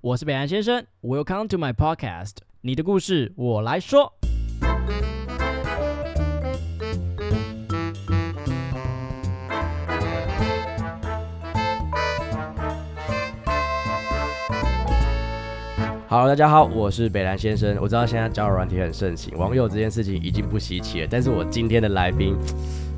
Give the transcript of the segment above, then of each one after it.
我是北岸先生，Welcome to my podcast，你的故事我来说。 Hello，大家好，我是北兰先生。我知道现在交友软体很盛行，网友这件事情已经不稀奇了。但是我今天的来宾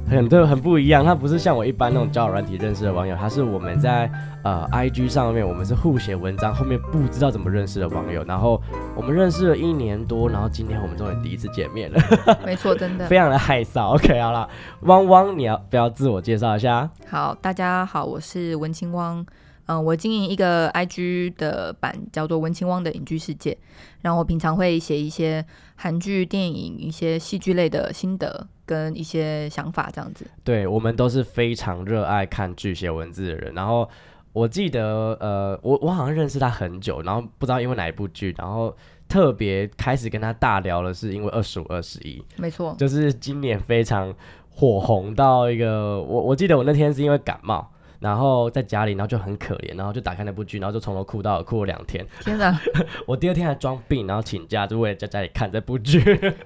很特很不一样，他不是像我一般那种交友软体认识的网友，他是我们在呃 IG 上面，我们是互写文章，后面不知道怎么认识的网友。然后我们认识了一年多，然后今天我们终于第一次见面了，没错，真 的非常的害臊。OK，好了，汪汪，你要不要自我介绍一下？好。大家好，我是文青汪，嗯、我经营一个 IG 的版叫做文青汪的隐居世界，然后我平常会写一些韩剧、电影、一些戏剧类的心得跟一些想法这样子。对我们都是非常热爱看巨蟹文字的人。然后我记得，呃，我我好像认识他很久，然后不知道因为哪一部剧，然后特别开始跟他大聊的是因为二十五二十一，没错，就是今年非常火红到一个，我我记得我那天是因为感冒。然后在家里，然后就很可怜，然后就打开那部剧，然后就从头哭到尾，哭了两天。天哪，我第二天还装病，然后请假，就为了在家里看这部剧。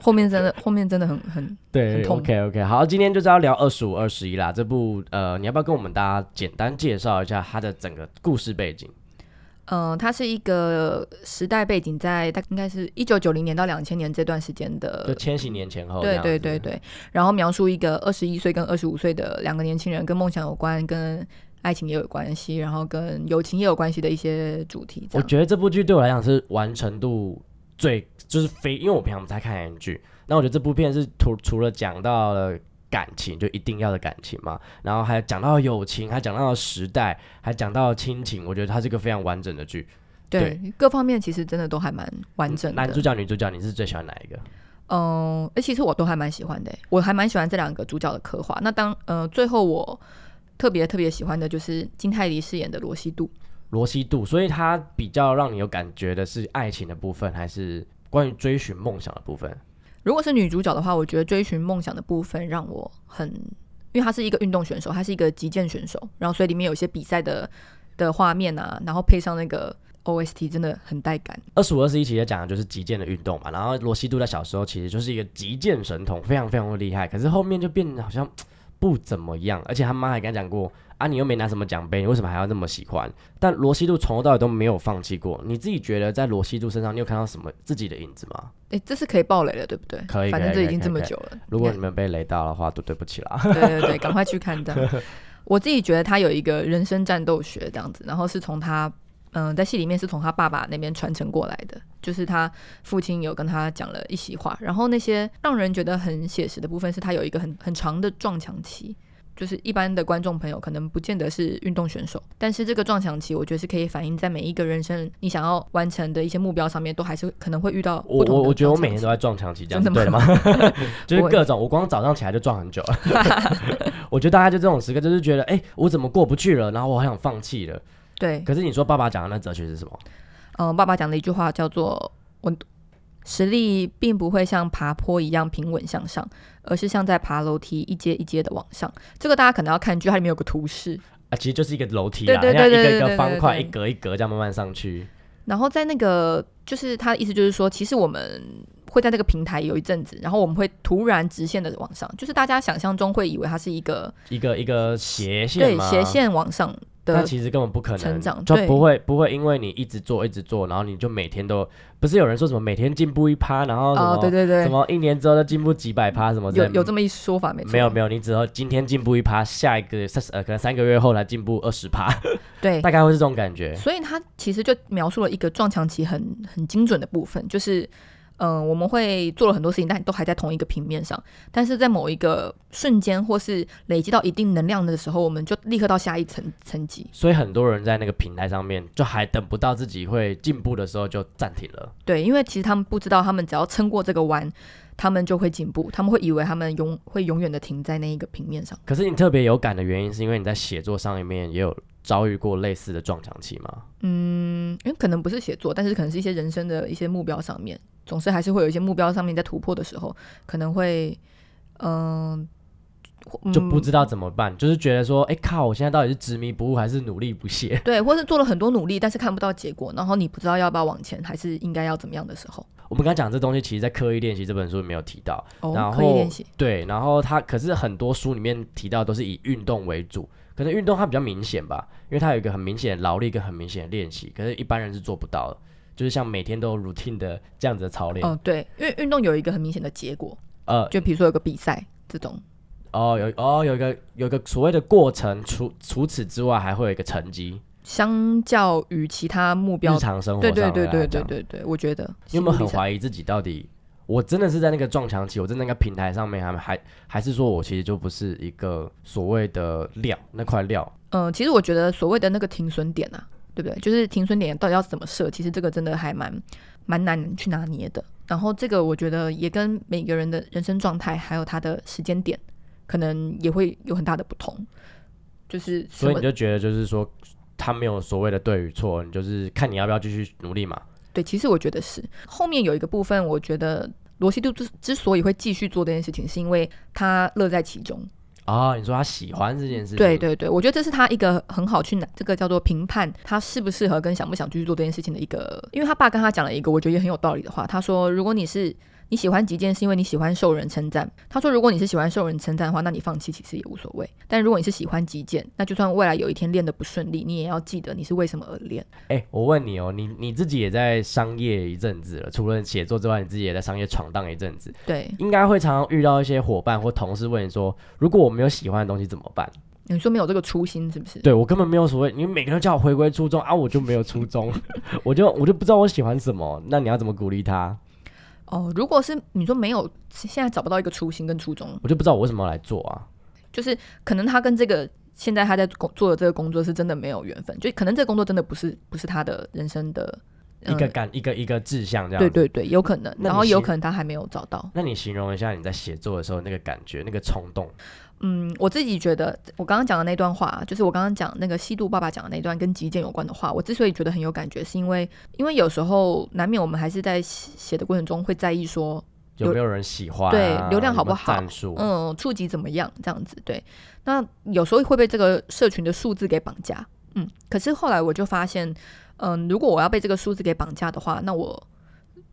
后面真的后面真的很很对很痛，OK OK，好，今天就是要聊二十五、二十一啦。这部呃，你要不要跟我们大家简单介绍一下它的整个故事背景？呃，它是一个时代背景在大应该是一九九零年到两千年这段时间就的。千禧年前哦后这呃对样子，对对对，然后描述一个二十一岁跟二十五岁的两个年轻人，跟梦想有关，跟爱情也有关系，然后跟友情也有关系的一些主题。这我样觉得这部剧对我来讲是完成度最，就是非，因为我平常不太看韩剧，那我觉得这部片是除除了讲到了感情，就一定要的感情嘛，然后还有讲到友情，还讲到时代，还讲到亲情，我觉得它是一个非常完整的剧。对各方面其实真的都还蛮完整嗯男主的。角、女主角，你是最喜欢哪一个？嗯，哎、其实我都还蛮喜欢的欸，我还蛮喜欢这两个主角的刻画。那当呃，最后我特别特别喜欢的就是金泰梨饰演的罗西度。罗西度，所以它比较让你有感觉的是爱情的部分，还是关于追寻梦想的部分？如果是女主角的话，我觉得追寻梦想的部分让我很，因为她是一个运动选手，她是一个击剑选手，然后所以里面有一些比赛的的画面啊，然后配上那个 OST，真的很带感。二十五、二十一其实讲的就是击剑的运动嘛。然后罗西度在小时候其实就是一个击剑神童，非常非常的厉害。可是后面就变得好像不怎么样，而且他妈还跟他讲过啊，你又没拿什么奖杯，你为什么还要那么喜欢？但罗西度从头到尾都没有放弃过。你自己觉得在罗西度身上，你有看到什么自己的影子吗？哎，这是可以爆雷了，对不对？可以反正可以这已经可以这么可以久了。如果你们被雷到的话，都对不起啦。对对对，赶快去看这样。我自己觉得他有一个人生战斗学这样子，然后是从他嗯、在戏里面是从他爸爸那边传承过来的，就是他父亲有跟他讲了一席话，然后那些让人觉得很写实的部分是他有一个很很长的撞墙期。就是一般的观众朋友可能不见得是运动选手，但是这个撞墙期，我觉得是可以反映在每一个人生你想要完成的一些目标上面，都还是可能会遇到不我同我的我觉得我撞每墙天期都在撞墙期，这样子真的对了吗？ 就是不会各种，我光早上起来就撞很久了。我觉得大家就这种时刻，就是觉得，哎、我怎么过不去了，然后我好想放弃了。 对可是你说爸爸讲的那哲学是什么？嗯，爸爸讲的一句话叫做“我实力并不会像爬坡一样平稳向上，而是像在爬楼梯一阶一阶的往上。”这个大家可能要看剧，它里面有个图示。啊，其实就是一个楼梯啦，对对然后一对个一对个对方对块，对一格一格这样慢慢上去。然后在那个，就是他的意思就是说，其实我们会在这个平台有一阵子，然后我们会突然直线的往上，就是大家想象中会以为它是一个一个一个斜线对嘛，斜，线往上但的。其实根本不可能成长就对不会不会，因为你一直做一直做，然后你就每天都不是有人说什么每天进步一趴，然后什么、哦，对对什对，么一年之后就进步几百趴什么之有类的有这么一说法，没错。没有没有，你只要今天进步一趴，下一个三十呃可能三个月后来进步二十趴，对，大概会是这种感觉。所以他其实就描述了一个撞墙期很很精准的部分，就是，嗯、我们会做了很多事情，但都还在同一个平面上，但是在某一个瞬间或是累积到一定能量的时候，我们就立刻到下一层层级。所以很多人在那个平台上面，就还等不到自己会进步的时候就暂停了。对，因为其实他们不知道，他们只要撑过这个弯，他们就会进步，他们会以为他们永会永远的停在那一个平面上。可是你特别有感的原因，是因为你在写作上面也有遭遇过类似的撞墙期吗？嗯，因为可能不是写作，但是可能是一些人生的一些目标上面，总是还是会有一些目标上面在突破的时候，可能会，嗯、嗯就不知道怎么办，就是觉得说，哎、靠，我现在到底是执迷不悟还是努力不懈？对，或是做了很多努力，但是看不到结果，然后你不知道要不要往前，还是应该要怎么样的时候，我们刚刚讲这东西，其实在《刻意练习》这本书里没有提到，然哦，后刻意练习，对，然后它可是很多书里面提到都是以运动为主，可能运动它比较明显吧，因为它有一个很明显的劳力跟很明显的练习，可是一般人是做不到的，就是像每天都有 routine 的这样子的操练，哦，对，因为运动有一个很明显的结果，呃，就比如说有个比赛这种，哦有哦有一个有一个所谓的过程，除除此之外还会有一个成绩，相较于其他目标日，常生活对上对对来对讲对对对，我觉得你有没有很心路历程怀疑自己到底？我真的是在那个撞墙期，我在那个平台上面还还还是说我其实就不是一个所谓的料那块料，嗯，其实我觉得所谓的那个停损点啊，对不对？就是停损点到底要怎么设，其实这个真的还蛮蛮难去拿捏的。然后这个我觉得也跟每个人的人生状态还有他的时间点，可能也会有很大的不同。就是什所以么你就觉得就是说他没有所谓的对与错，你就是看你要不要继续努力嘛。对，其实我觉得是后面有一个部分，我觉得罗西度之之所以会继续做这件事情，是因为他乐在其中。啊、你说他喜欢这件事情，对，对对，我觉得这是他一个很好去拿这个叫做评判他适不适合跟想不想继续做这件事情的一个，因为他爸跟他讲了一个我觉得也很有道理的话，他说如果你是你喜欢击剑是因为你喜欢受人称赞，他说如果你是喜欢受人称赞的话，那你放弃其实也无所谓，但如果你是喜欢击剑，那就算未来有一天练得不顺利，你也要记得你是为什么而练。哎、我问你哦，你你自己也在商业一阵子了，除了写作之外，你自己也在商业闯荡一阵子，对，应该会常常遇到一些伙伴或同事问你说，如果我没有喜欢的东西怎么办？你说没有这个初心是不是？对我根本没有所谓，你们每个人叫我回归初衷啊，我就没有初衷， 我就我就不知道我喜欢什么，那你要怎么鼓励他？哦，如果是你说没有，现在找不到一个初心跟初衷，我就不知道我为什么要来做啊。就是可能他跟这个现在他在工做的这个工作是真的没有缘分，就可能这个工作真的不是不是他的人生的、呃一个感一个一个志向这样对子。对对，有可能，那你然后有是可能他还没有找到。那你形容一下你在写作的时候那个感觉、那个冲动，嗯，我自己觉得我刚刚讲的那段话，就是我刚刚讲那个西渡爸爸讲的那段跟极简有关的话，我之所以觉得很有感觉，是因为因为有时候难免我们还是在写写的过程中会在意说，有没有人喜欢、啊？对流量有没有好不好战术，嗯，触及怎么样这样子，对。那有时候会被这个社群的数字给绑架，嗯。可是后来我就发现，嗯，如果我要被这个数字给绑架的话，那我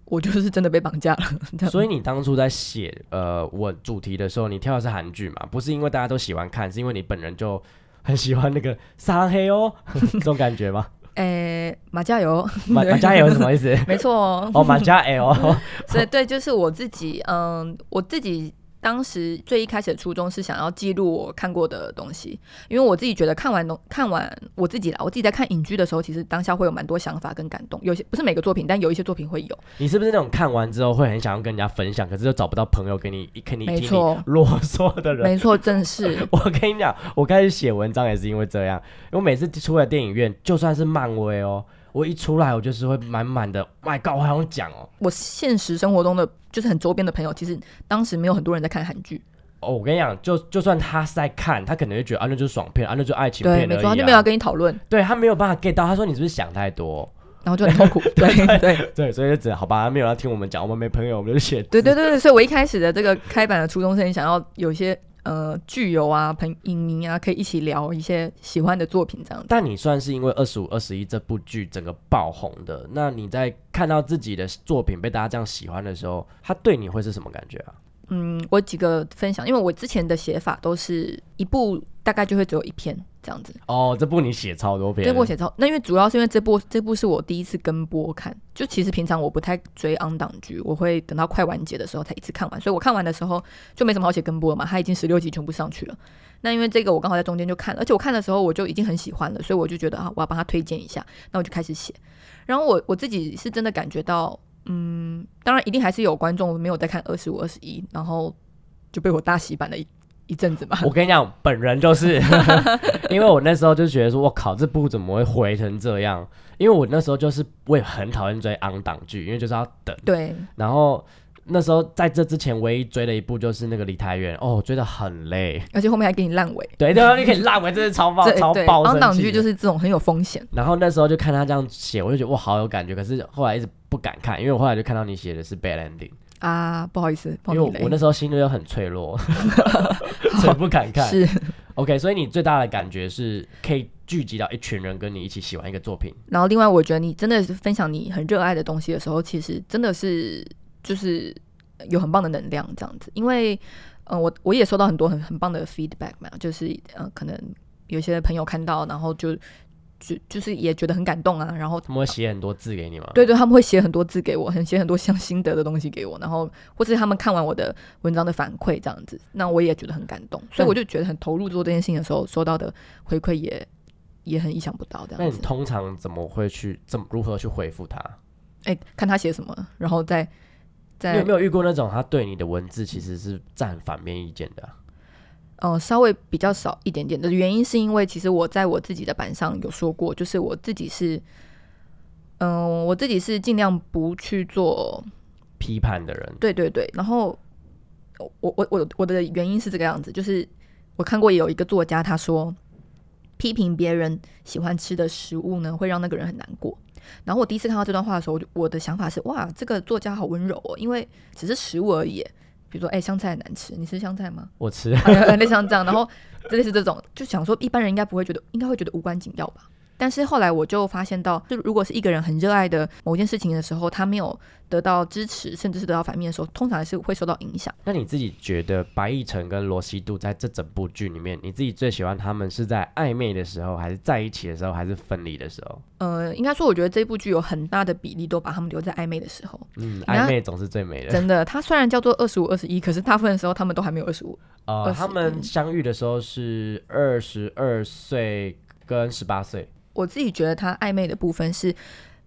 我就是真的被绑架了。这样所以你当初在写呃我主题的时候，你挑的是韩剧嘛？不是因为大家都喜欢看，是因为你本人就很喜欢那个撒黑哦 这种感觉 吗？诶，马加油，马马加油是什么意思？ 没错哦。哦，马加油哦，所以对，就是我自己，嗯，我自己当时最一开始的初衷是想要记录我看过的东西，因为我自己觉得看完东看完我自己啦，我自己在看影剧的时候，其实当下会有蛮多想法跟感动，有些不是每个作品，但有一些作品会有。 你是不是那种看完之后会很想要跟人家分享，可是又找不到朋友给你跟你没听你错啰嗦的人？没错，正是我跟你讲，我开始写文章也是因为这样，因为每次出来电影院，就算是漫威哦，我一出来我就是会满满的，My God，我好想讲哦。我现实生活中的，就是很周边的朋友，其实当时没有很多人在看韩剧，哦，我跟你讲，就就算他是在看，他可能就觉得啊，那就是爽片，啊，那就是爱情对，片没而错，他已、就没有啊要。跟你讨论，对他没有办法 get 到，他说你是不是想太多？然后就很 痛苦，对对。对，所以就只好吧，他没有要听我们讲，我们没朋友，我们就写。对对对对，所以我一开始的这个开版的初衷是很想要有一些呃剧友啊、朋影迷啊，可以一起聊一些喜欢的作品这样子。 但你算是因为《二十五二十一》这部剧整个爆红的，那你在看到自己的作品被大家这样喜欢的时候，他对你会是什么感觉啊？嗯，我几个分享，因为我之前的写法都是一部大概就会只有一篇这样子。哦，这部你写超多篇，这部我写超，那因为主要是因为这部这部是我第一次跟播看，就其实平常我不太追 on 档剧，我会等到快完结的时候才一次看完，所以我看完的时候就没什么好写跟播了嘛，它已经十六集全部上去了。那因为这个我刚好在中间就看了，而且我看的时候我就已经很喜欢了，所以我就觉得啊，我要帮他推荐一下，那我就开始写。然后我我自己是真的感觉到，嗯，当然一定还是有观众没有在看二十五、二十一，然后就被我大洗版了一一阵 子嘛。我跟你讲，本人就是， 因为我那时候就觉得说，我靠，这部怎么会回成这样？因为我那时候就是我也很讨厌追昂档剧，因为就是要等。对，然后那时候在这之前，唯一追的一部就是那个《梨泰院》，哦，我追的很 累。而且后面还给你烂尾，对，对啊，你可以烂尾，真的超爆这超对，爆昂档生气剧的。就是这种很有风险。然后那时候就看他这样写，我就觉得哇，好有感觉。可是后来一直不敢看，因为我后来就看到你写的是 bad ending，啊，不好意思，因碰为你我雷我那时候心里又很脆弱， 所以不敢看。是 OK，所以你最大的感觉是可以聚集到一群人跟你一起喜欢一个作品，然后另外，我觉得你真的是分享你很热爱的东西的时候，其实真的是就是有很棒的能量这样子。因为，嗯、我我也收到很多很很棒的 feedback 嘛，就是呃，可能有些朋友看到，然后就就就是也觉得很感动啊，然后。他们会写很多字给你吗？，对对，他们会写很多字给我，很写很多像心得的东西给我，然后或是他们看完我的文章的反馈这样子，那我也觉得很感动，嗯所以我就觉得很投入做这件事情的时候，收到的回馈也也很意想不到这那样你子。通常怎么会去怎么如何去回复他？哎、看他写什么，然后再你再有没有遇过那种他对你的文字其实是占反面意见的啊、呃稍微比较少一点点的原因，是因为其实我在我自己的版上有说过，就是我自己是，嗯、我自己是尽量不去做，批判的人？对对对，然后我我我我的原因是这个样子，就是我看过有一个作家他说。批评别人喜欢吃的食物呢，会让那个人很难过。然后我第一次看到这段话的时候，我就我的想法是：哇，这个作家好温柔哦，因为只是食物而已耶。比如说，哎、香菜很难吃，你吃香菜吗？我吃， 哎类似像这样，然后类似这种，就想说一般人应该不会觉得，应该会觉得无关紧要吧。但是后来我就发现到，就如果是一个人很热爱的某件事情的时候，他没有得到支持，甚至是得到反面的时候，通常是会受到影响。那你自己觉得白亦辰跟罗西度在这整部剧里面，你自己最喜欢他们是在暧昧的时候，还是在一起的时候，还是分离的时候？呃，应该说，我觉得这部剧有很大的比例都把他们留在暧昧的时候。嗯，看暧昧总是最美的。真的，它虽然叫做二十五、二十一，可是大部分的时候他们都还没有二十五。呃，二十他们相遇的时候是二十二岁跟十八岁，我自己觉得它暧昧的部分是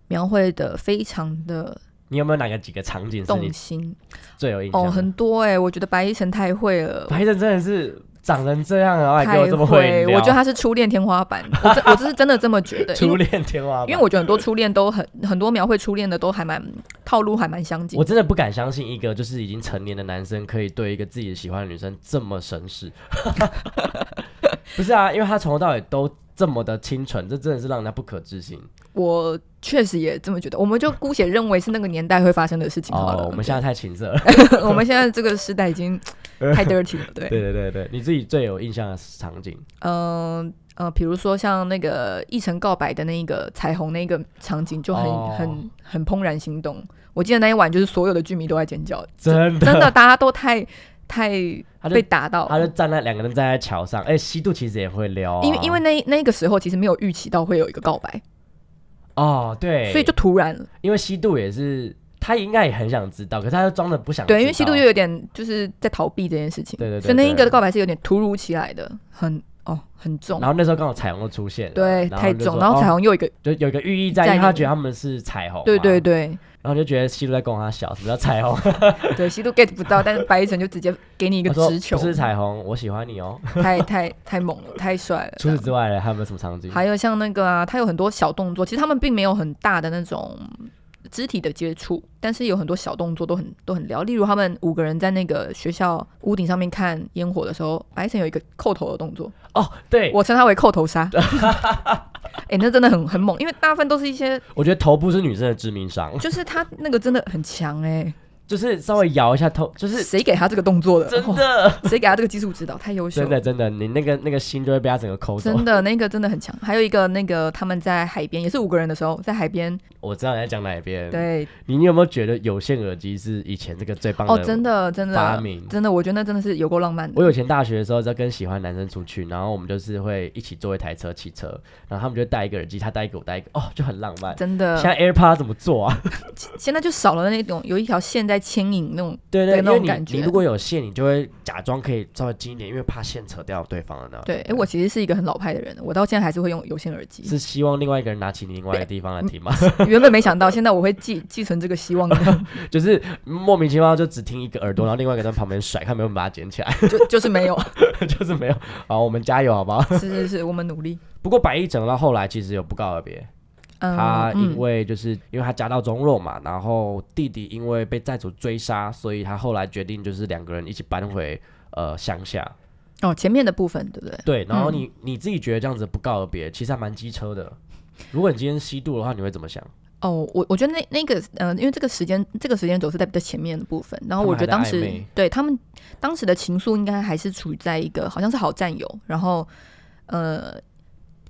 描绘的非常的你有没有哪个几个场景是动你心最有印象的？哦，很多哎、我觉得白一晨太会了，白人真的是长成这样，啊然后还太给我这么会，聊我觉得他是初恋天花板，我这我这是真的这么 觉得，因初为恋天花板，因为我觉得很多初恋都很很多描绘初恋的都还蛮套路还蛮相近我。真的不敢相信一个就是已经成年的男生可以对一个自己喜欢的女生这么绅士。 不是啊，因为他从头到尾都这么的清纯，这真的是让人家不可置信。我确实也这么觉得，我们就姑且认为是那个年代会发生的事情好了。哦，我们现在太情色了。在 我们现在这个时代已 经太 dirty 了，对，对对对对，你自己最有印象的场景，嗯呃，比如说像那个一晨告白的那一个彩虹那个场景，就很、哦很很怦然心动。我记得那一晚就是所有的剧迷都在尖叫，真的，真的大家都太太他就被打到，他就站在两个人站在桥上，哎、西渡其实也会撩啊、因为因为那那个时候其实没有预期到会有一个告白，哦对，所以就突然了因为西渡也是，他应该也很想知道，可是他就装的不想知道。对，因为西渡又有点就是在逃避这件事情，对对对所以那一个对的告白是有点突如其来的，很哦很重然，后那时候刚好彩虹又出现了，对，然后太就重，说然后哦彩虹又有一个，就有一个寓意在，因在为他里面觉得他们是彩虹嘛，对对对然后就觉得西路在跟他小，什么叫彩 虹？对，西渡 get 不到，但是白一晨就直接给你一个他说直球不，是彩虹，我喜欢你 哦。太太太猛了，太帅了。除此这样之外呢，还有没有什么场景？还有像那个啊，他有很多小动作，其实他们并没有很大的那种肢体的接触，但是有很多小动作都很都很撩。例如他们五个人在那个学校屋顶上面看烟火的时候，白晨有一个扣头的动作，哦，对，我我称它为扣 头杀。哎、那真的很很猛，因为大部分都是一些，觉得头部是女生的致命伤，就是他那个真的很强哎、就是稍微摇一下头，就是是谁给他这个动作的？真 哇的，谁给他这个技术指导？太优秀真了的，，真的，你那个那个心就会被他整个抠走。哦真的那个真的很强。还有一个那个他们在海边，也是五个人的时候，在海边，我知道你在讲哪一边。，对，你你有没有觉得有线耳机是以前这个最棒哦，真的的真的发明？真的，我觉得那真的是有够浪漫的。嗯我有以前大学的时候，在跟喜欢的男生出去，然后我们就是会一起坐一台车骑车，然后他们就戴一个耳机，他戴一个，我戴一个，哦，就很浪漫。真的现，在 AirPod 怎么做 啊？现在就少了那种有一条线在牵引那种。对对因那为种感你觉你如果有线，你就会假装可以稍微近一点，因为怕线扯掉啊对方的那。对，哎，我其实是一个很老派的人，我到现在还是会用有线耳机。是希望另外一个人拿起你另外一个地方来 听吗？原本没想到，现在我会继继承这个希望的，就是莫名其妙就只听一个耳朵，然后另外一个在旁边甩，看有没有人把它捡起来， 就就是没有。就是没有。好，我们加油，好不好？是是是，我们努力。不过白一整到后来其实有不告而别，嗯，他因嗯，为就是因为他家道中落嘛，然后弟弟因为被债主追杀，所以他后来决定就是两个人一起搬回呃乡下。哦，前面的部分对不对？对，然后嗯你、你自己觉得这样子不告而别，其实还蛮机车的。如果你今天吸毒的话，你会怎么想？哦，我我觉得那那个呃，因为这个时间这个时间轴是在比较前面的部分，然后他们我觉得当还在暧时昧对他们当时的情愫应该还是处在一个好像是好战友，然后呃，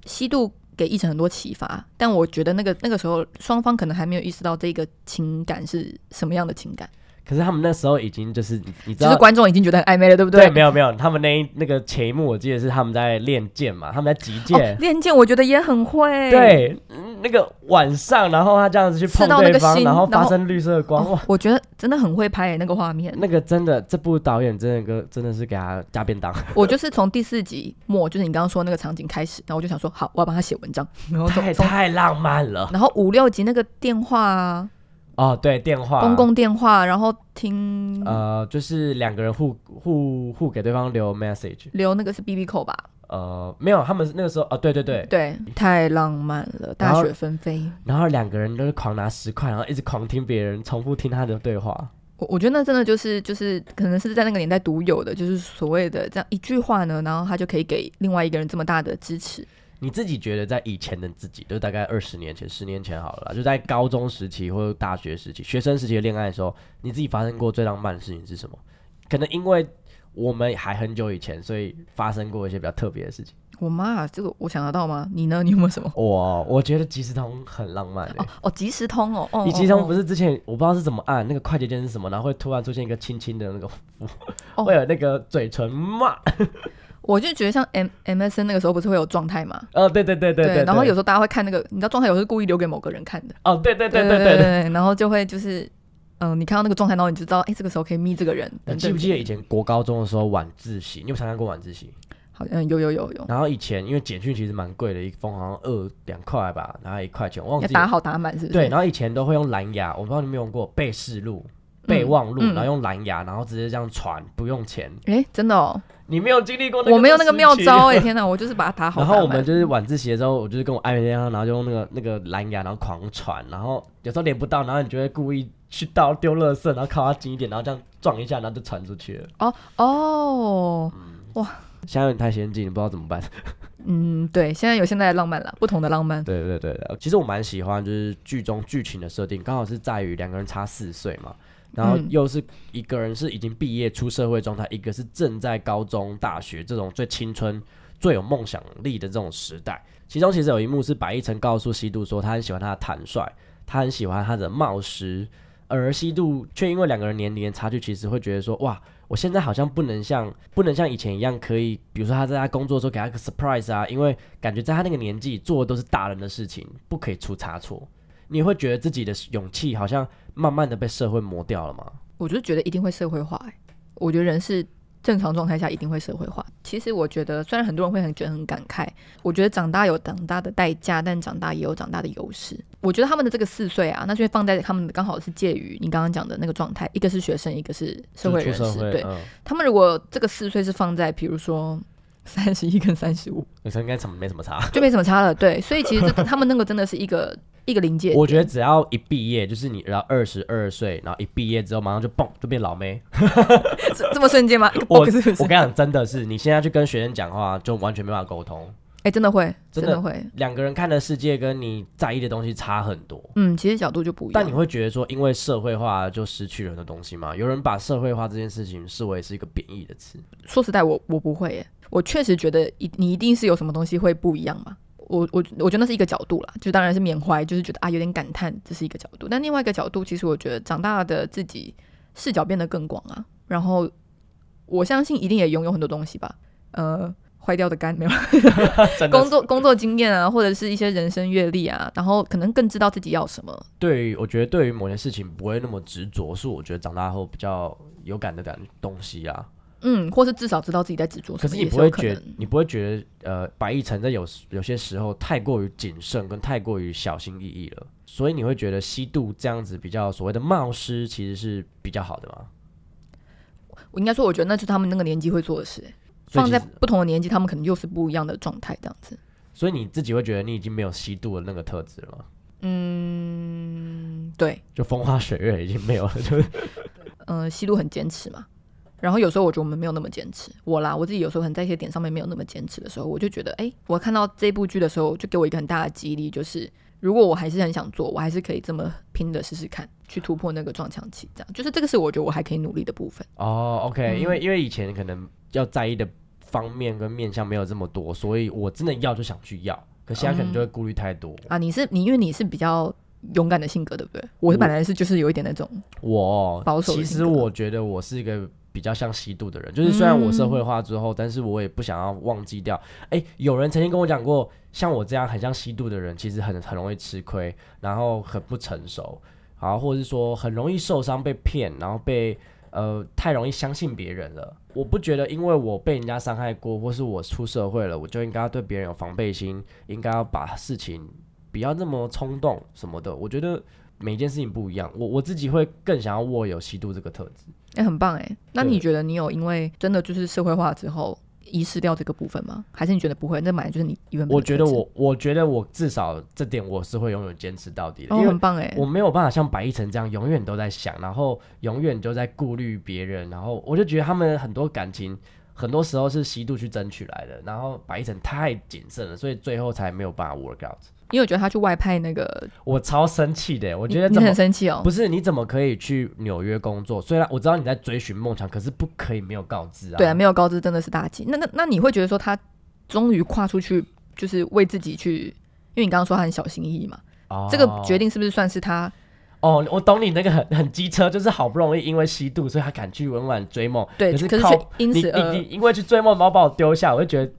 西渡给奕晨很多启发，但我觉得那个那个时候双方可能还没有意识到这个情感是什么样的情感，可是他们那时候已经就是你你知就道是观众已经觉得很暧昧了，对不对，没有没有，他们那一那个前一幕我记得是他们在练剑嘛，他们在击哦剑，，练剑我觉得也很会，对，嗯那个晚上，然后他这样子去刺碰到那对个方，心然后发然后生绿色的 光，哦哇，我觉得真的很会拍、欸那个画面。那个真的，这部导演真的个真的是给他加便当，我就是从第四集末，就是你刚刚说那个场景开始，然后我就想说，好，我要帮他写文章。然后 从太从太浪漫了。然后五六集那个电话啊，哦，对，电话，公共电话，啊然后听、呃，就是两个人互互互给对方留 message，留那个是 B B 扣吧？呃，没有，他们是那个时候，哦，对对对，对，太浪漫了，然大后雪纷飞。然后两个人都是狂拿十块，然后一直狂听别人重复听他的对话，我我觉得那真的就是就是可能是在那个年代独有的，就是所谓的这样一句话呢，然后他就可以给另外一个人这么大的支持。你自己觉得在以前的自己，就是大概二十年前、十年前好了啦，就在高中时期或者大学时期、学生时期的恋爱的时候，你自己发生过最浪漫的事情是什么？可能因为我们还很久以前，所以发生过一些比较特别的事情。我妈，啊这个我想得到吗？你呢？你有没有什么？我 我觉得即时通很浪漫、欸 哦。哦，即时通哦，哦，你即时通不是是之前我不知道是怎么按那个快捷键是什么，然后会突然出现一个亲亲的那 个，哦会有那个嘴唇嘛？我就觉得像 M M S N 那个时候不是会有状态吗？哦，对对对对对，然后有时候大家会看那个，你知道状态有时候是故意留给某个人看的，哦，对对对对对对对。对，然后就会就是，嗯、你看到那个状态，然后你就知道，哎、这个时候可以眯这个人，你等记不等记得以前国高中的时候晚自习？你有参加过晚自习？好，嗯，有有有有，然后以前因为简讯其实蛮贵的，一封好像二两块吧，然后一块钱，我忘要记打了。好打满是不是？对，然后以前都会用蓝牙，我不知道你有没有用过备试录、备忘录，嗯嗯然后用蓝牙，然后直接这样传，不用钱。哎、真的哦，你没有经历过那个？我没有那个妙 招哎、。天哪，我就是把它打好然打满。后我们就是晚自习的时候，我就是跟我暧昧对象，然后就用那个那个蓝牙，然后狂传，然后有时候连不到，然后你就会故意去倒丢垃圾，然后靠他近一点，然后这样撞一下，然后就传出去了。哦，现在有点太先进，你不知道怎么办。嗯，对，现在有现在的浪漫了，不同的浪漫，对对对对，其实我蛮喜欢，就是剧中剧情的设定，刚好是在于两个人差四岁嘛，然后嗯又是一个人是已经毕业出社会状态，一个是正在高中、大学这种最青春、最有梦想力的这种时代。其中其实有一幕是白一晨告诉西渡说，他很喜欢他的坦率，他很喜欢他的冒失，而西渡却因为两个人年龄的差距，其实会觉得说，哇，我现在好像不能像 不能像以前一样，可以，比如说他在他工作的时候给他个 surprise 啊，因为感觉在他那个年纪做的都是大人的事情，不可以出差错。你会觉得自己的勇气好像慢慢的被社会磨掉了吗？我就是觉得一定会社会化、哎，我觉得人是正常状态下一定会社会化。其实我觉得，虽然很多人会很觉得很感慨，我觉得长大有长大的代价，但长大也有长大的优势。我觉得他们的这个四岁啊，那就会放在他们刚好是介于你刚刚讲的那个状态，一个是学生，一个是社会就人是出社士。会，对嗯，他们，如果这个四岁是放在比如说 三十一跟三十五，女生应该什么没什么差。就没什么差了。对，所以其实这他们那个真的是一个一个临界点。我觉得只要一毕业，就是你然后二十二岁，然后一毕业之后马上就蹦就变老妹。这这么瞬间吗？一个我 bug 是不我是跟？你讲，真的是你现在去跟学生讲话，就完全没办法沟通。哎、真的会，真真的的会。两个人看的世界跟你在意的东西差很多。嗯，其实角度就不一样。但你会觉得说，因为社会化就失去了很多东西吗？有人把社会化这件事情视为是一个贬义的 词，说实在我，我不会耶。我确实觉得一你一定是有什么东西会不一样嘛。我我我觉得那是一个角度啦，就当然是缅怀，就是觉得啊有点感叹，这是一个角度。但另外一个角度，其实我觉得长大的自己视角变得更广啊。然后我相信一定也拥有很多东西吧，呃，坏掉的肝没有，真的 工是作工作经验啊，或者是一些人生阅历啊，然后可能更知道自己要什么。对于我觉得对于某些事情不会那么执着，是我觉得长大后比较有感的感东西啊。嗯，或是至少知道自己在执着可什是么，你也不有会可觉能。你不会觉得呃，白亦晨在有时有些时候太过于谨慎跟太过于小心翼翼了，所以你会觉得西渡这样子比较所谓的冒失其实是比较好的嘛？我应该说，我觉得那就是他们那个年纪会做的事。所以放其在实不同的年纪，他们可能又是不一样的状态，这样子。所以你自己会觉得你已经没有西渡的那个特质了吗？嗯，对，就风花雪月已经没有了，就是 嗯、呃，西路很坚持嘛，然后有时候我觉得我们没有那么坚持，我啦，我自己有时候可能在一些点上面没有那么坚持的时候，我就觉得，哎，我看到这部剧的时候，就给我一个很大的激励，就是如果我还是很想做，我还是可以这么拼的试试看，去突破那个撞墙期，这样就是这个是我觉得我还可以努力的部分。哦，OK，、嗯因为因为以前可能要在意的方面跟面向没有这么多，所以我真的要就想去要，可现在可能就会顾虑太多。啊，你是你，因为你是比较勇敢的性格，对不对？我是本来是就是有一点那种，我保守的其性实格我觉得我是一个比较像吸毒的人，就是虽然我社会化之后，但是我也不想要忘记掉。哎、有人曾经跟我讲过，像我这样很像吸毒的人，其实很很容易吃亏，然后很不成熟，然后或者是说很容易受伤、被骗，然后被呃太容易相信别人了。我不觉得，因为我被人家伤害过，或是我出社会了，我就应该要对别人有防备心，应该要把事情不要那么冲动什么的。我觉得每件事情不一样，我我自己会更想要握有吸毒这个特质。哎、很棒哎、那对你觉得你有因为真的就是社会化之后遗失掉这个部分吗？还是你觉得不会？那本来就是你原本的我觉得特质我，我觉得我至少这点我是会永远坚持到底的，哦，因为很棒哎、我没有办法像白一晨这样永远都在想，然后永远都在顾虑别人，然后我就觉得他们很多感情很多时候是吸毒去争取来的，然后白一晨太谨慎了，所以最后才没有办法 work out。因为我觉得他去外派那个，我超生气的，我我觉得你怎你么很生气哦不。是你怎么可以去纽约工作？虽然我知道你在追寻梦想，可是不可以没有告知啊。对啊，没有高知真的是大忌。那那那你会觉得说他终于跨出去，就是为自己去，因为你刚刚说他很小心翼翼嘛，哦这个决定是不是算是他？哦，我懂你那个很很机车，就是好不容易因为吸毒，所以他敢去稳稳追梦。对，可可是是靠却因你此呃你而你因为去追梦，然后把我丢下，我就觉得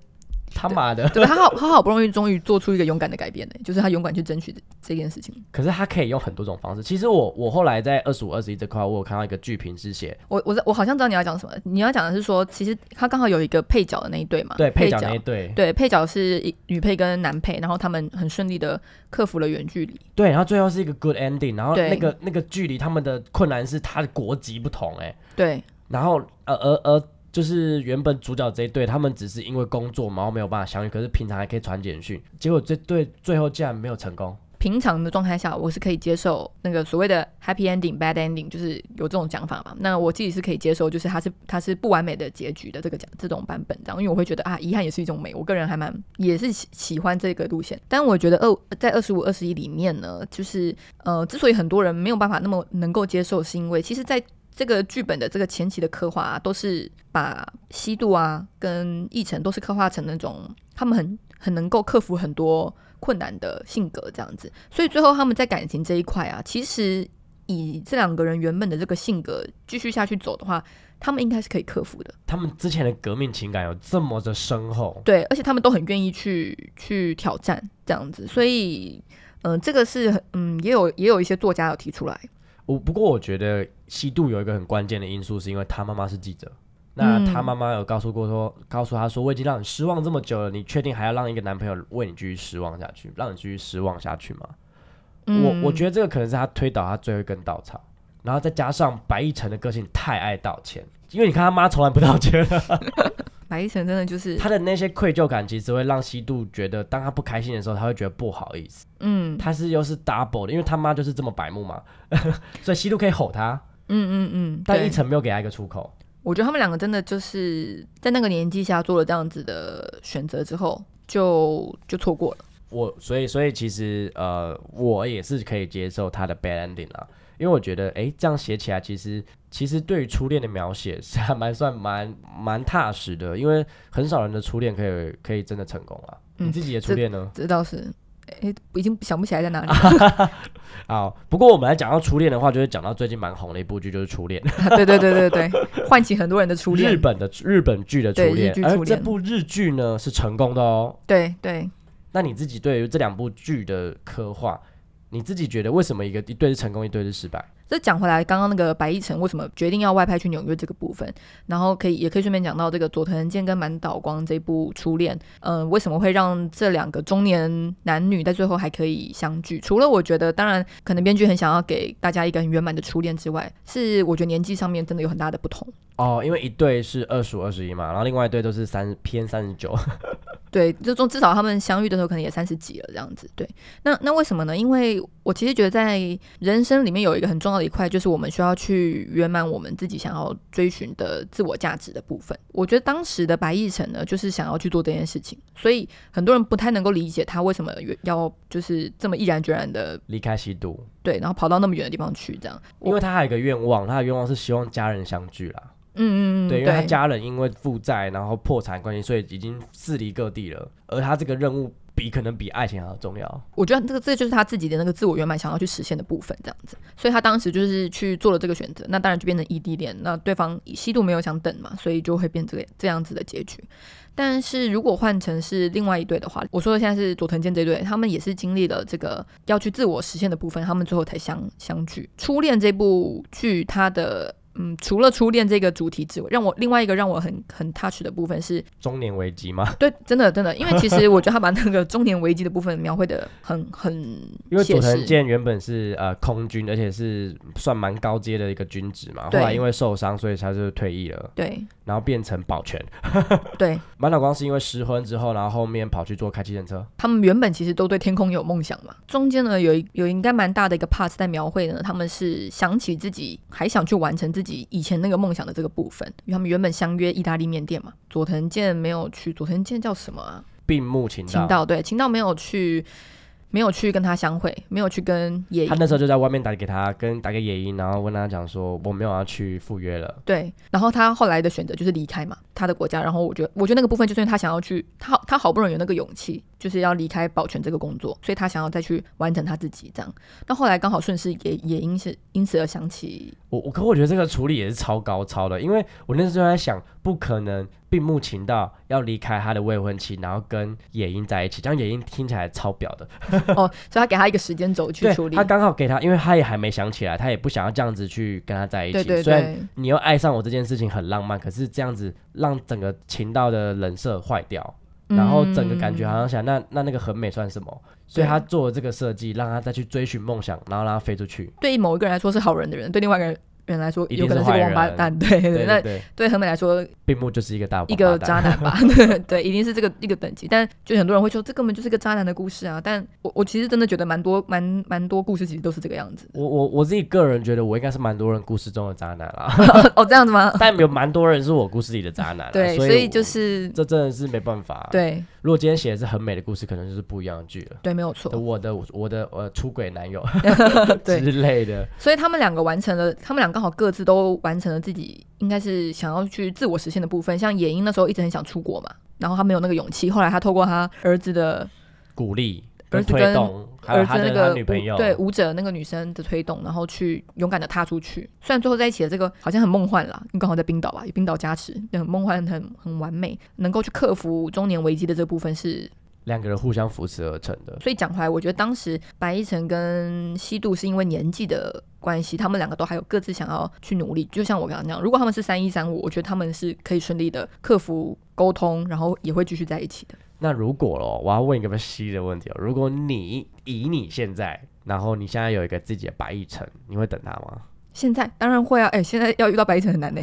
他妈的。对他好，他好不容易终于做出一个勇敢的改变呢，欸就是他勇敢去争取这件事情。 可是他可以用很多种方式。其实我我后来在二十五、二十一这块，我有看到一个剧评是写我我在我好像知道你要讲什么，你要讲的是说，其实他刚好有一个配角的那一对嘛，对配配角那一对对配角是一女配跟男配，然后他们很顺利的克服了远距离。对，然后最后是一个 good ending，然后对那个那个距离他们的困难是他的国籍不同、欸，对，然后呃而而就是原本主角这一对，他们只是因为工作然后没有办法相遇，可是平常还可以传简讯，结果这对最后竟然没有成功。平常的状态下，我是可以接受那个所谓的 happy ending、bad ending，就是有这种讲法嘛。那我自己是可以接受，就是它是它是不完美的结局的这个讲这种版本这样，因为我会觉得啊，遗憾也是一种美。我个人还蛮也是喜喜欢这个路线，但我觉得二在二十五、二十一里面呢，就是呃，之所以很多人没有办法那么能够接受，是因为其实在这个剧本的这个前期的刻画、啊，都是把西渡啊跟奕晨都是刻画成那种他们很很能够克服很多困难的性格这样子，所以最后他们在感情这一块啊，其实以这两个人原本的这个性格继续下去走的话，他们应该是可以克服的。他们之前的革命情感有这么的深厚，对，而且他们都很愿意去去挑战这样子，所以嗯、呃这个是很嗯也有也有一些作家有提出来，我不过我觉得西渡有一个很关键的因素，是因为他妈妈是记者。那嗯他妈妈有告诉过说，告诉他说，我已经让你失望这么久了，你确定还要让一个男朋友为你继续失望下去，让你继续失望下去吗？我我觉得得这个可能是他推倒他最后一根稻草，然后再加上白亦晨的个性太爱道歉，因为你看他妈从来不道歉， 白一晨真的就是他的那些愧疚感其实会让西渡觉得，当他不开心的时候，他会觉得不好意思，嗯他是又是 double 的，因为他妈就是这么白目嘛， 所以西渡可以吼他，嗯嗯嗯，但对一晨没有给他一个出口。我觉得他们两个真的就是在那个年纪下做了这样子的选择之后，就就错过了。我所以所以其实呃，我也是可以接受他的 bad ending 啦，因为我觉得诶，这样写起来其实其实对于初恋的描写是还蛮算蛮蛮踏实的，因为很少人的初恋可以可以真的成功啊。嗯你自己的初恋呢？这倒是，哎，已经想不起来在哪里了。好，不过我们来讲到初恋的话，就是讲到最近蛮红的一部剧，就是《初恋》， 对对对对对，唤起很多人的初日恋。本的日本剧的初对日恋剧，而初这恋部日剧呢是成功的哦。对对，那你自己对于这两部剧的刻画，你自己觉得为什么一个一对是成功，一对是失败？这讲回来，刚刚那个白亦晨为什么决定要外派去纽约这个部分，然后可以也可以顺便讲到这个佐藤健跟满岛光这部初恋，嗯、为什么会让这两个中年男女在最后还可以相聚？除了我觉得，当然可能编剧很想要给大家一个很圆满的初恋之外，是我觉得年纪上面真的有很大的不同。哦，因为一对是二十五、二十一嘛，然后另外一对都是三偏三十九。 对，就中至少他们相遇的时候，可能也三十几了这样子。对，那那为什么呢？因为我其实觉得在人生里面有一个很重要的一块，就是我们需要去圆满我们自己想要追寻的自我价值的部分。我觉得当时的白亦辰呢，就是想要去做这件事情，所以很多人不太能够理解他为什么要就是这么毅然决然的离开吸毒，对，然后跑到那么远的地方去这样。因为他还有一个愿望，他的愿望是希望家人相聚啦。嗯嗯嗯，对，因为他家人因为负债，然后破产关系，所以已经四离各地了。而他这个任务比可能比爱情还要重要。我觉得这个这就是他自己的那个自我圆满想要去实现的部分，这样子。所以他当时就是去做了这个选择，那当然就变成异地恋。那对方吸毒没有想等嘛，所以就会变这个这样子的结局。但是如果换成是另外一对的话，我说的现在是佐藤健这对，他们也是经历了这个要去自我实现的部分，他们最后才相相聚。初恋这部剧，它的嗯，除了初恋这个主题之外，让我另外一个让我很很 touch 的部分是，中年危机嘛， 对，真的真的，因为其实我觉得他把那个中年危机的部分描绘的很很因为佐写藤实。健原本是呃空军，而且是算蛮高阶的一个军职嘛。后对来因为受伤，所以他就退役了，对然后变成保全。对，满脑光是因为失婚之后，然后后面跑去做开汽车车。他们原本其实都对天空有梦想嘛。中间呢，有一有应该蛮大的一个 part 在描绘呢，他们是想起自己还想去完成自己以前那个梦想的这个部分，因为他们原本相约意大利面店嘛。佐藤健没有去，佐藤健叫什么啊？病木情秦道，道对，秦道没有去，没有去跟他相会，没有去跟野他营。那时候就在外面打给他，跟打给野樱，然后问他讲说我没有要去赴约了。对，然后他后来的选择就是离开嘛，他的国家。然后我觉得，我觉得那个部分就是因为他想要去，他好他好不容易有那个勇气，就是要离开保全这个工作，所以他想要再去完成他自己这样。那后来刚好顺势也也因是因此而想起，我我可我觉得这个处理也是超高超的，因为我那时候在想，不可能病木情道要离开他的未婚妻，然后跟野樱在一起，这样野樱听起来超表的。哦，所以他给他一个时间轴去对处，理他。刚好给他，因为他也还没想起来，他也不想要这样子去跟他在一起。对对虽然对，你又爱上我这件事情很浪漫，可是这样子让整个情道的人设坏掉，然后整个感觉好像嗯想，那那那个很美算什么？所以他做了这个设计，让他再去追寻梦想，然后让他飞出去。对某一个人来说是好人的人，对另外一个人。人来说，一定有可能是是坏个王八人蛋，对对对对。对那对，对何美来说，并木就是一个大王一八个蛋。渣男吧， 对，一定是这个一个等级。但就很多人会说，这根本就是个渣男的故事啊！但我我其实真的觉得蛮多蛮蛮多故事其实都是这个样子 我我我自己个人觉得，我应该是蛮多人故事中的渣男啦， 哦，这样子吗？但有蛮多人是我故事里的渣男啦。对，呃所所我以就是这真的是没办法。，对如果今天写的是很美的故事，可能就是不一样的剧了。对，没有错。我的我的呃出轨男友 之哦 对类的，所以他们两个完成了，他们俩刚好各自都完成了自己应该是想要去自我实现的部分。像野樱那时候一直很想出国嘛，然后他没有那个勇气，后来他透过他儿子的鼓励儿子推跟动，还有儿子他的那他个女舞朋友，对舞者那个女生的推动，然后去勇敢的踏出去。虽然最后在一起的这个好像很梦幻啦，因为刚好在冰岛吧，有冰岛加持，很梦幻，很很完美，能够去克服中年危机的这部分是。两个人互相扶持而成的。所以讲回来，我觉得当时白一晨跟西渡是因为年纪的关系，他们两个都还有各自想要去努力。就像我刚刚那样，如果他们是三一三五，我觉得他们是可以顺利的克服沟通，然后也会继续在一起的。那如果咯，我要问一个比较犀利的问题哦，如果你以你现在，然后你现在有一个自己的白一城，你会等他吗？现在当然会啊，哎、现在要遇到白一晨很难呢、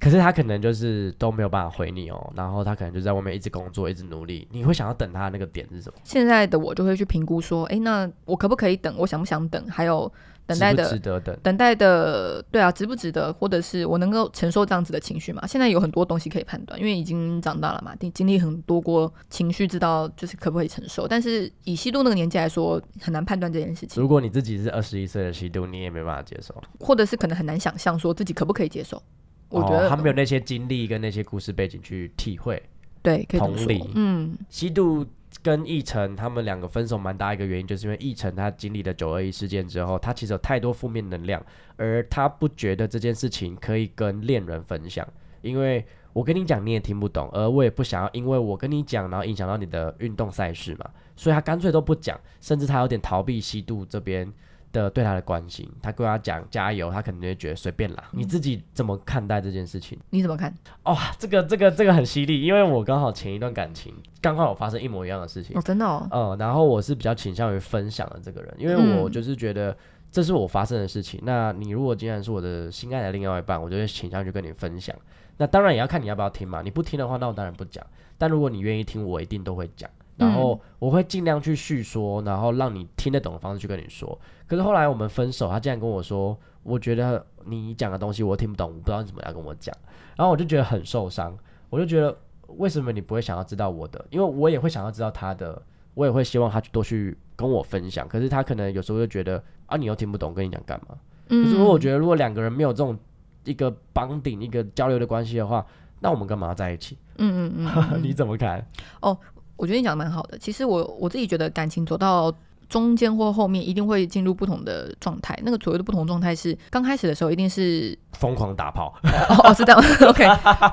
可是他可能就是都没有办法回你哦，然后他可能就在外面一直工作，一直努力。你会想要等他的那个点是什么？现在的我就会去评估说，诶，那我可不可以等？我想不想等？还有等待值不的值得等。等待的，对啊，值不值得？或者是我能够承受这样子的情绪吗？现在有很多东西可以判断，因为已经长大了嘛，经经历很多过情绪，知道就是可不可以承受。但是以西渡那个年纪来说，很难判断这件事情，如果你自己是二十一岁的吸毒，你也没办法接受。或者是可能很难想象说自己可不可以接受。我觉哦得、他没有那些经历跟那些故事背景去体会。对，可以这么同说理，嗯，吸毒跟奕晨他们两个分手蛮大一个原因，就是因为奕晨他经历了九二一事件之后，他其实有太多负面能量，而他不觉得这件事情可以跟恋人分享，因为我跟你讲你也听不懂，而我也不想要因为我跟你讲，然后影响到你的运动赛事嘛，所以他干脆都不讲，甚至他有点逃避吸毒这边的对他的关心，他跟他讲加油，他可能就会觉得随便啦。你自己怎么看待这件事情？你怎么看？哦，这个这个这个很犀利，因为我刚好前一段感情刚好有发生一模一样的事情哦，，真的哦，嗯，然后我是比较倾向于分享的这个人，因为我嗯就是觉得这是我发生的事情。那你如果既然是我的心爱的另外一半，我就会倾向于跟你分享。那当然也要看你要不要听嘛，你不听的话，那我当然不讲。但如果你愿意听，我一定都会讲。然后我会尽量去叙说，然后让你听得懂的方式去跟你说。可是后来我们分手，他竟然跟我说，我觉得你讲的东西我听不懂，我不知道你怎么要跟我讲。然后我就觉得很受伤，我就觉得为什么你不会想要知道我的？因为我也会想要知道他的，我也会希望他多去跟我分享。可是他可能有时候就觉得啊，你又听不懂，跟你讲干嘛？嗯，可是如果我觉得如果两个人没有这种一个绑定、一个交流的关系的话，那我们干嘛要在一起？ 嗯嗯嗯，你怎么看？我觉得你讲的蛮好的。其实我我自己觉得感情走到中间或后面，一定会进入不同的状态。那个所谓的不同状态是，刚开始的时候一定是 疯狂打炮？哦哦是这样，OK，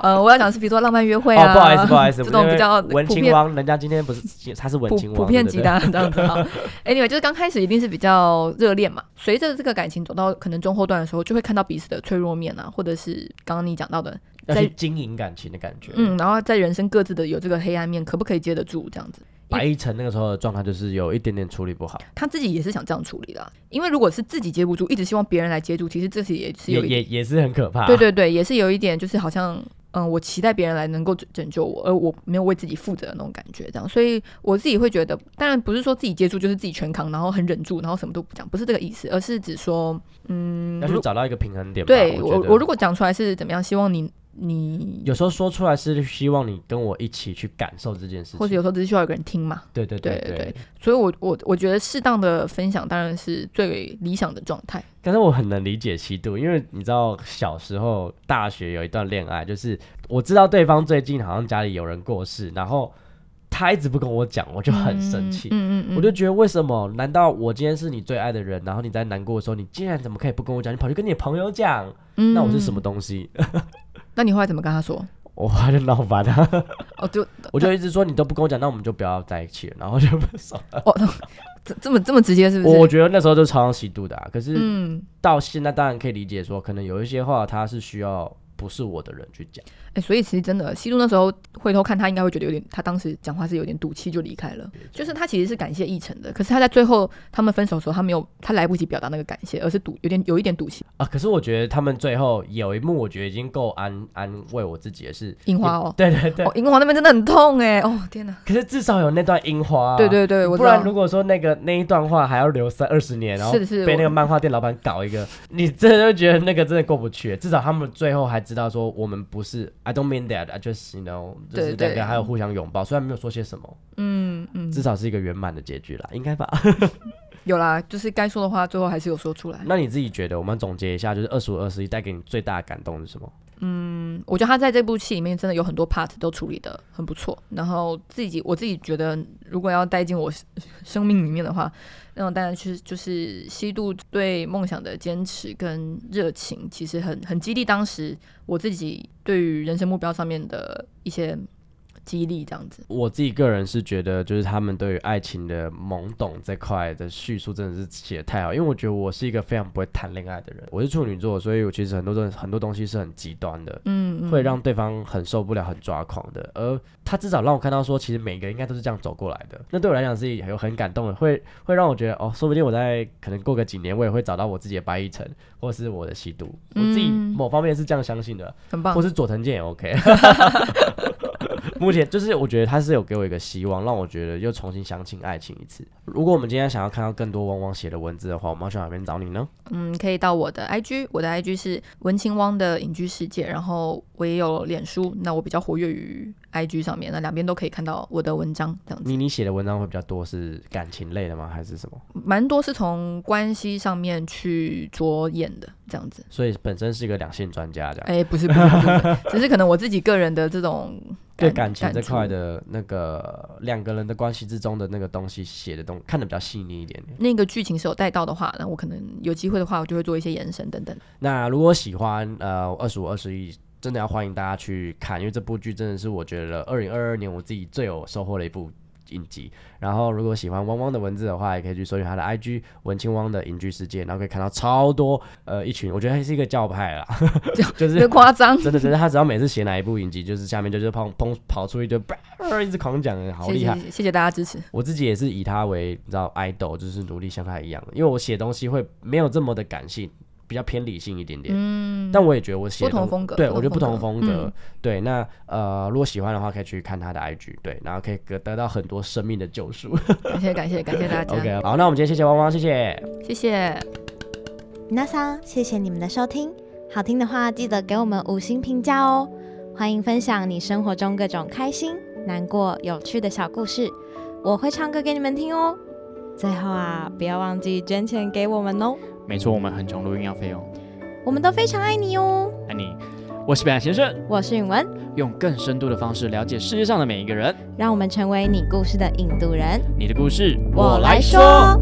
呃，我要讲的是比如说浪漫约会哦，啊，不好意思，不好意思，这种比较文普青遍王，人家今天不是他是文普青王，普遍对不级对的、啊、这样子啊。anyway，就是刚开始一定是比较热恋嘛，随着这个感情走到可能中后段的时候，就会看到彼此的脆弱面啊，或者是刚刚你讲到的，要在去经营感情的感觉。嗯，然后在人生各自的有这个黑暗面，可不可以接得住这样子？白一晨那个时候的状态就是有一点点处理不好，他自己也是想这样处理的啊、因为如果是自己接不住，一直希望别人来接住，其实这是也是也有一也啊也是很可怕。对对对，也是有一点，就是好像，嗯，我期待别人来能够拯拯救我，而我没有为自己负责的那种感觉，这样，所以我自己会觉得，当然不是说自己接触就是自己全扛，然后很忍住，然后什么都不讲，不是这个意思，而是指说，嗯，要去如找到一个平衡点吧。对我我觉得我如果讲出来是怎么样，希望你你，有时候说出来是希望你跟我一起去感受这件事情，或者有时候只是需要有个人听嘛，对对对对对所以我我我觉得适当的分享当然是最理想的状态，但是我很能理解七度，因为你知道小时候大学有一段恋爱，就是我知道对方最近好像家里有人过世，然后他一直不跟我讲，我就很生气。嗯嗯嗯，我就觉得为什么？难道我今天是你最爱的人，然后你在难过的时候，你竟然怎么可以不跟我讲？你跑去跟你的朋友讲，嗯那我是什么？东西？ 那你后来怎么跟他说？我还就闹翻了， 哦，就我就一直说你都不跟我讲，那我们就不要在一起了，然后就分手了。哦， 这这么这么直接是不是？我我觉得那时候就超像吸毒的、啊，可是嗯，到现在当然可以理解说，可能有一些话他是需要不是我的人去讲。哎、所以其实真的，西渡那时候回头看他，应该会觉得有点，他当时讲话是有点赌气就离开了，就是他其实是感谢奕晨的，可是他在最后他们分手的时候，他没有，他来不及表达那个感谢，而是赌有点有一点赌气。啊，可是我觉得他们最后有一幕，我觉得已经够安安慰我自己的是樱花哦对哎对对，哦，荧光那边真的很痛哎、哦天哪！可是至少有那段樱花、啊，对对对，我不知道然如果说那个那一段话还要留三二十年，然后是是被那个我漫画店老板搞一个， 你真的就觉得那个真的过不去。至少他们最后还知道说我们不是 I don't mean that, I just you know，就是对对两个还有互相拥抱，虽然没有说些什么，嗯嗯，至少是一个圆满的结局啦，应该吧？ 有啦，就是该说的话最后还是有说出来。那你自己觉得，我们总结一下，就是二十五、二十一带给你最大的感动是什么？嗯，我觉得他在这部戏里面真的有很多 part 都处理的很不错。然后自己我自己觉得，如果要带进我生生命里面的话，那种当然是就是西渡对梦想的坚持跟热情，其实很很激励当时我自己对于人生目标上面的一些激励，这样子。我自己个人是觉得，就是他们对于爱情的懵懂这块的叙述真的是写得太好，因为我觉得我是一个非常不会谈恋爱的人，我是处女座，所以我其实很多东很多东西是很极端的，嗯，嗯会让对方很受不了、很抓狂的。而他至少让我看到说，其实每个人应该都是这样走过来的。那对我来讲是有很感动的，会会让我觉得哦，说不定我在可能过个几年，我也会找到我自己的白一晨，或是我的吸毒。我自己嗯某方面是这样相信的，啊很棒或。是佐藤健也 OK。目前就是我觉得他是有给我一个希望，让我觉得又重新相信爱情一次。如果我们今天想要看到更多汪汪写的文字的话，我们要去哪边找你呢？嗯，可以到我的 IG，我的 IG 是文青汪的隐居世界，然后我也有脸书，那我比较活跃于 IG 上面，那两边都可以看到我的文章，这样子你你写的文章会比较多是感情类的吗？还是什么？蛮多是从关系上面去着眼的，这样子。所以本身是一个两性专家这样。哎、不是不是不是 不是，只是可能我自己个人的这种对感情这触块的那个两个人的关系之中的那个东西写的东看的比较细腻一点点。那个剧情是有带到的话，那我可能有机会的话，我就会做一些延伸等等。那如果喜欢呃二十五、二十一，真的要欢迎大家去看，因为这部剧真的是我觉得二零二二年我自己最有收获的一部影集。然后如果喜欢汪汪的文字的话，也可以去搜寻他的 IG 文青汪的影剧世界，然后可以看到超多呃一群，我觉得他是一个教派啦， 就是这夸张。真的真的，他只要每次写哪一部影集，就是下面就是砰砰跑出一堆，叭一直狂讲，好谢厉害。谢谢谢大家支持，我自己也是以他为你知道 idol，就是努力像他一样的，因为我写东西会没有这么的感性，比较偏理性一点点。嗯，但我也觉得我写不同东风格对不我同觉得不风同格嗯风格。对，那呃，如果喜欢的话，可以去看他的 IG，对，然后可以得得到很多生命的救 赎。感谢感谢感谢大家 OK，好，那我们今天谢谢汪汪，谢谢。谢谢。那桑，谢谢你们的收听。好听的话，记得给我们五星评价哦。欢迎分享你生活中各种开心、难过、有趣的小故事，我会唱歌给你们听哦。最后啊，不要忘记捐钱给我们哦，没错，我们很穷，录音要费用。我们都非常爱你哦。爱你，我是北岸先生，我是允文，用更深度的方式了解世界上的每一个人。让我们成为你故事的引渡人。你的故事，。我来说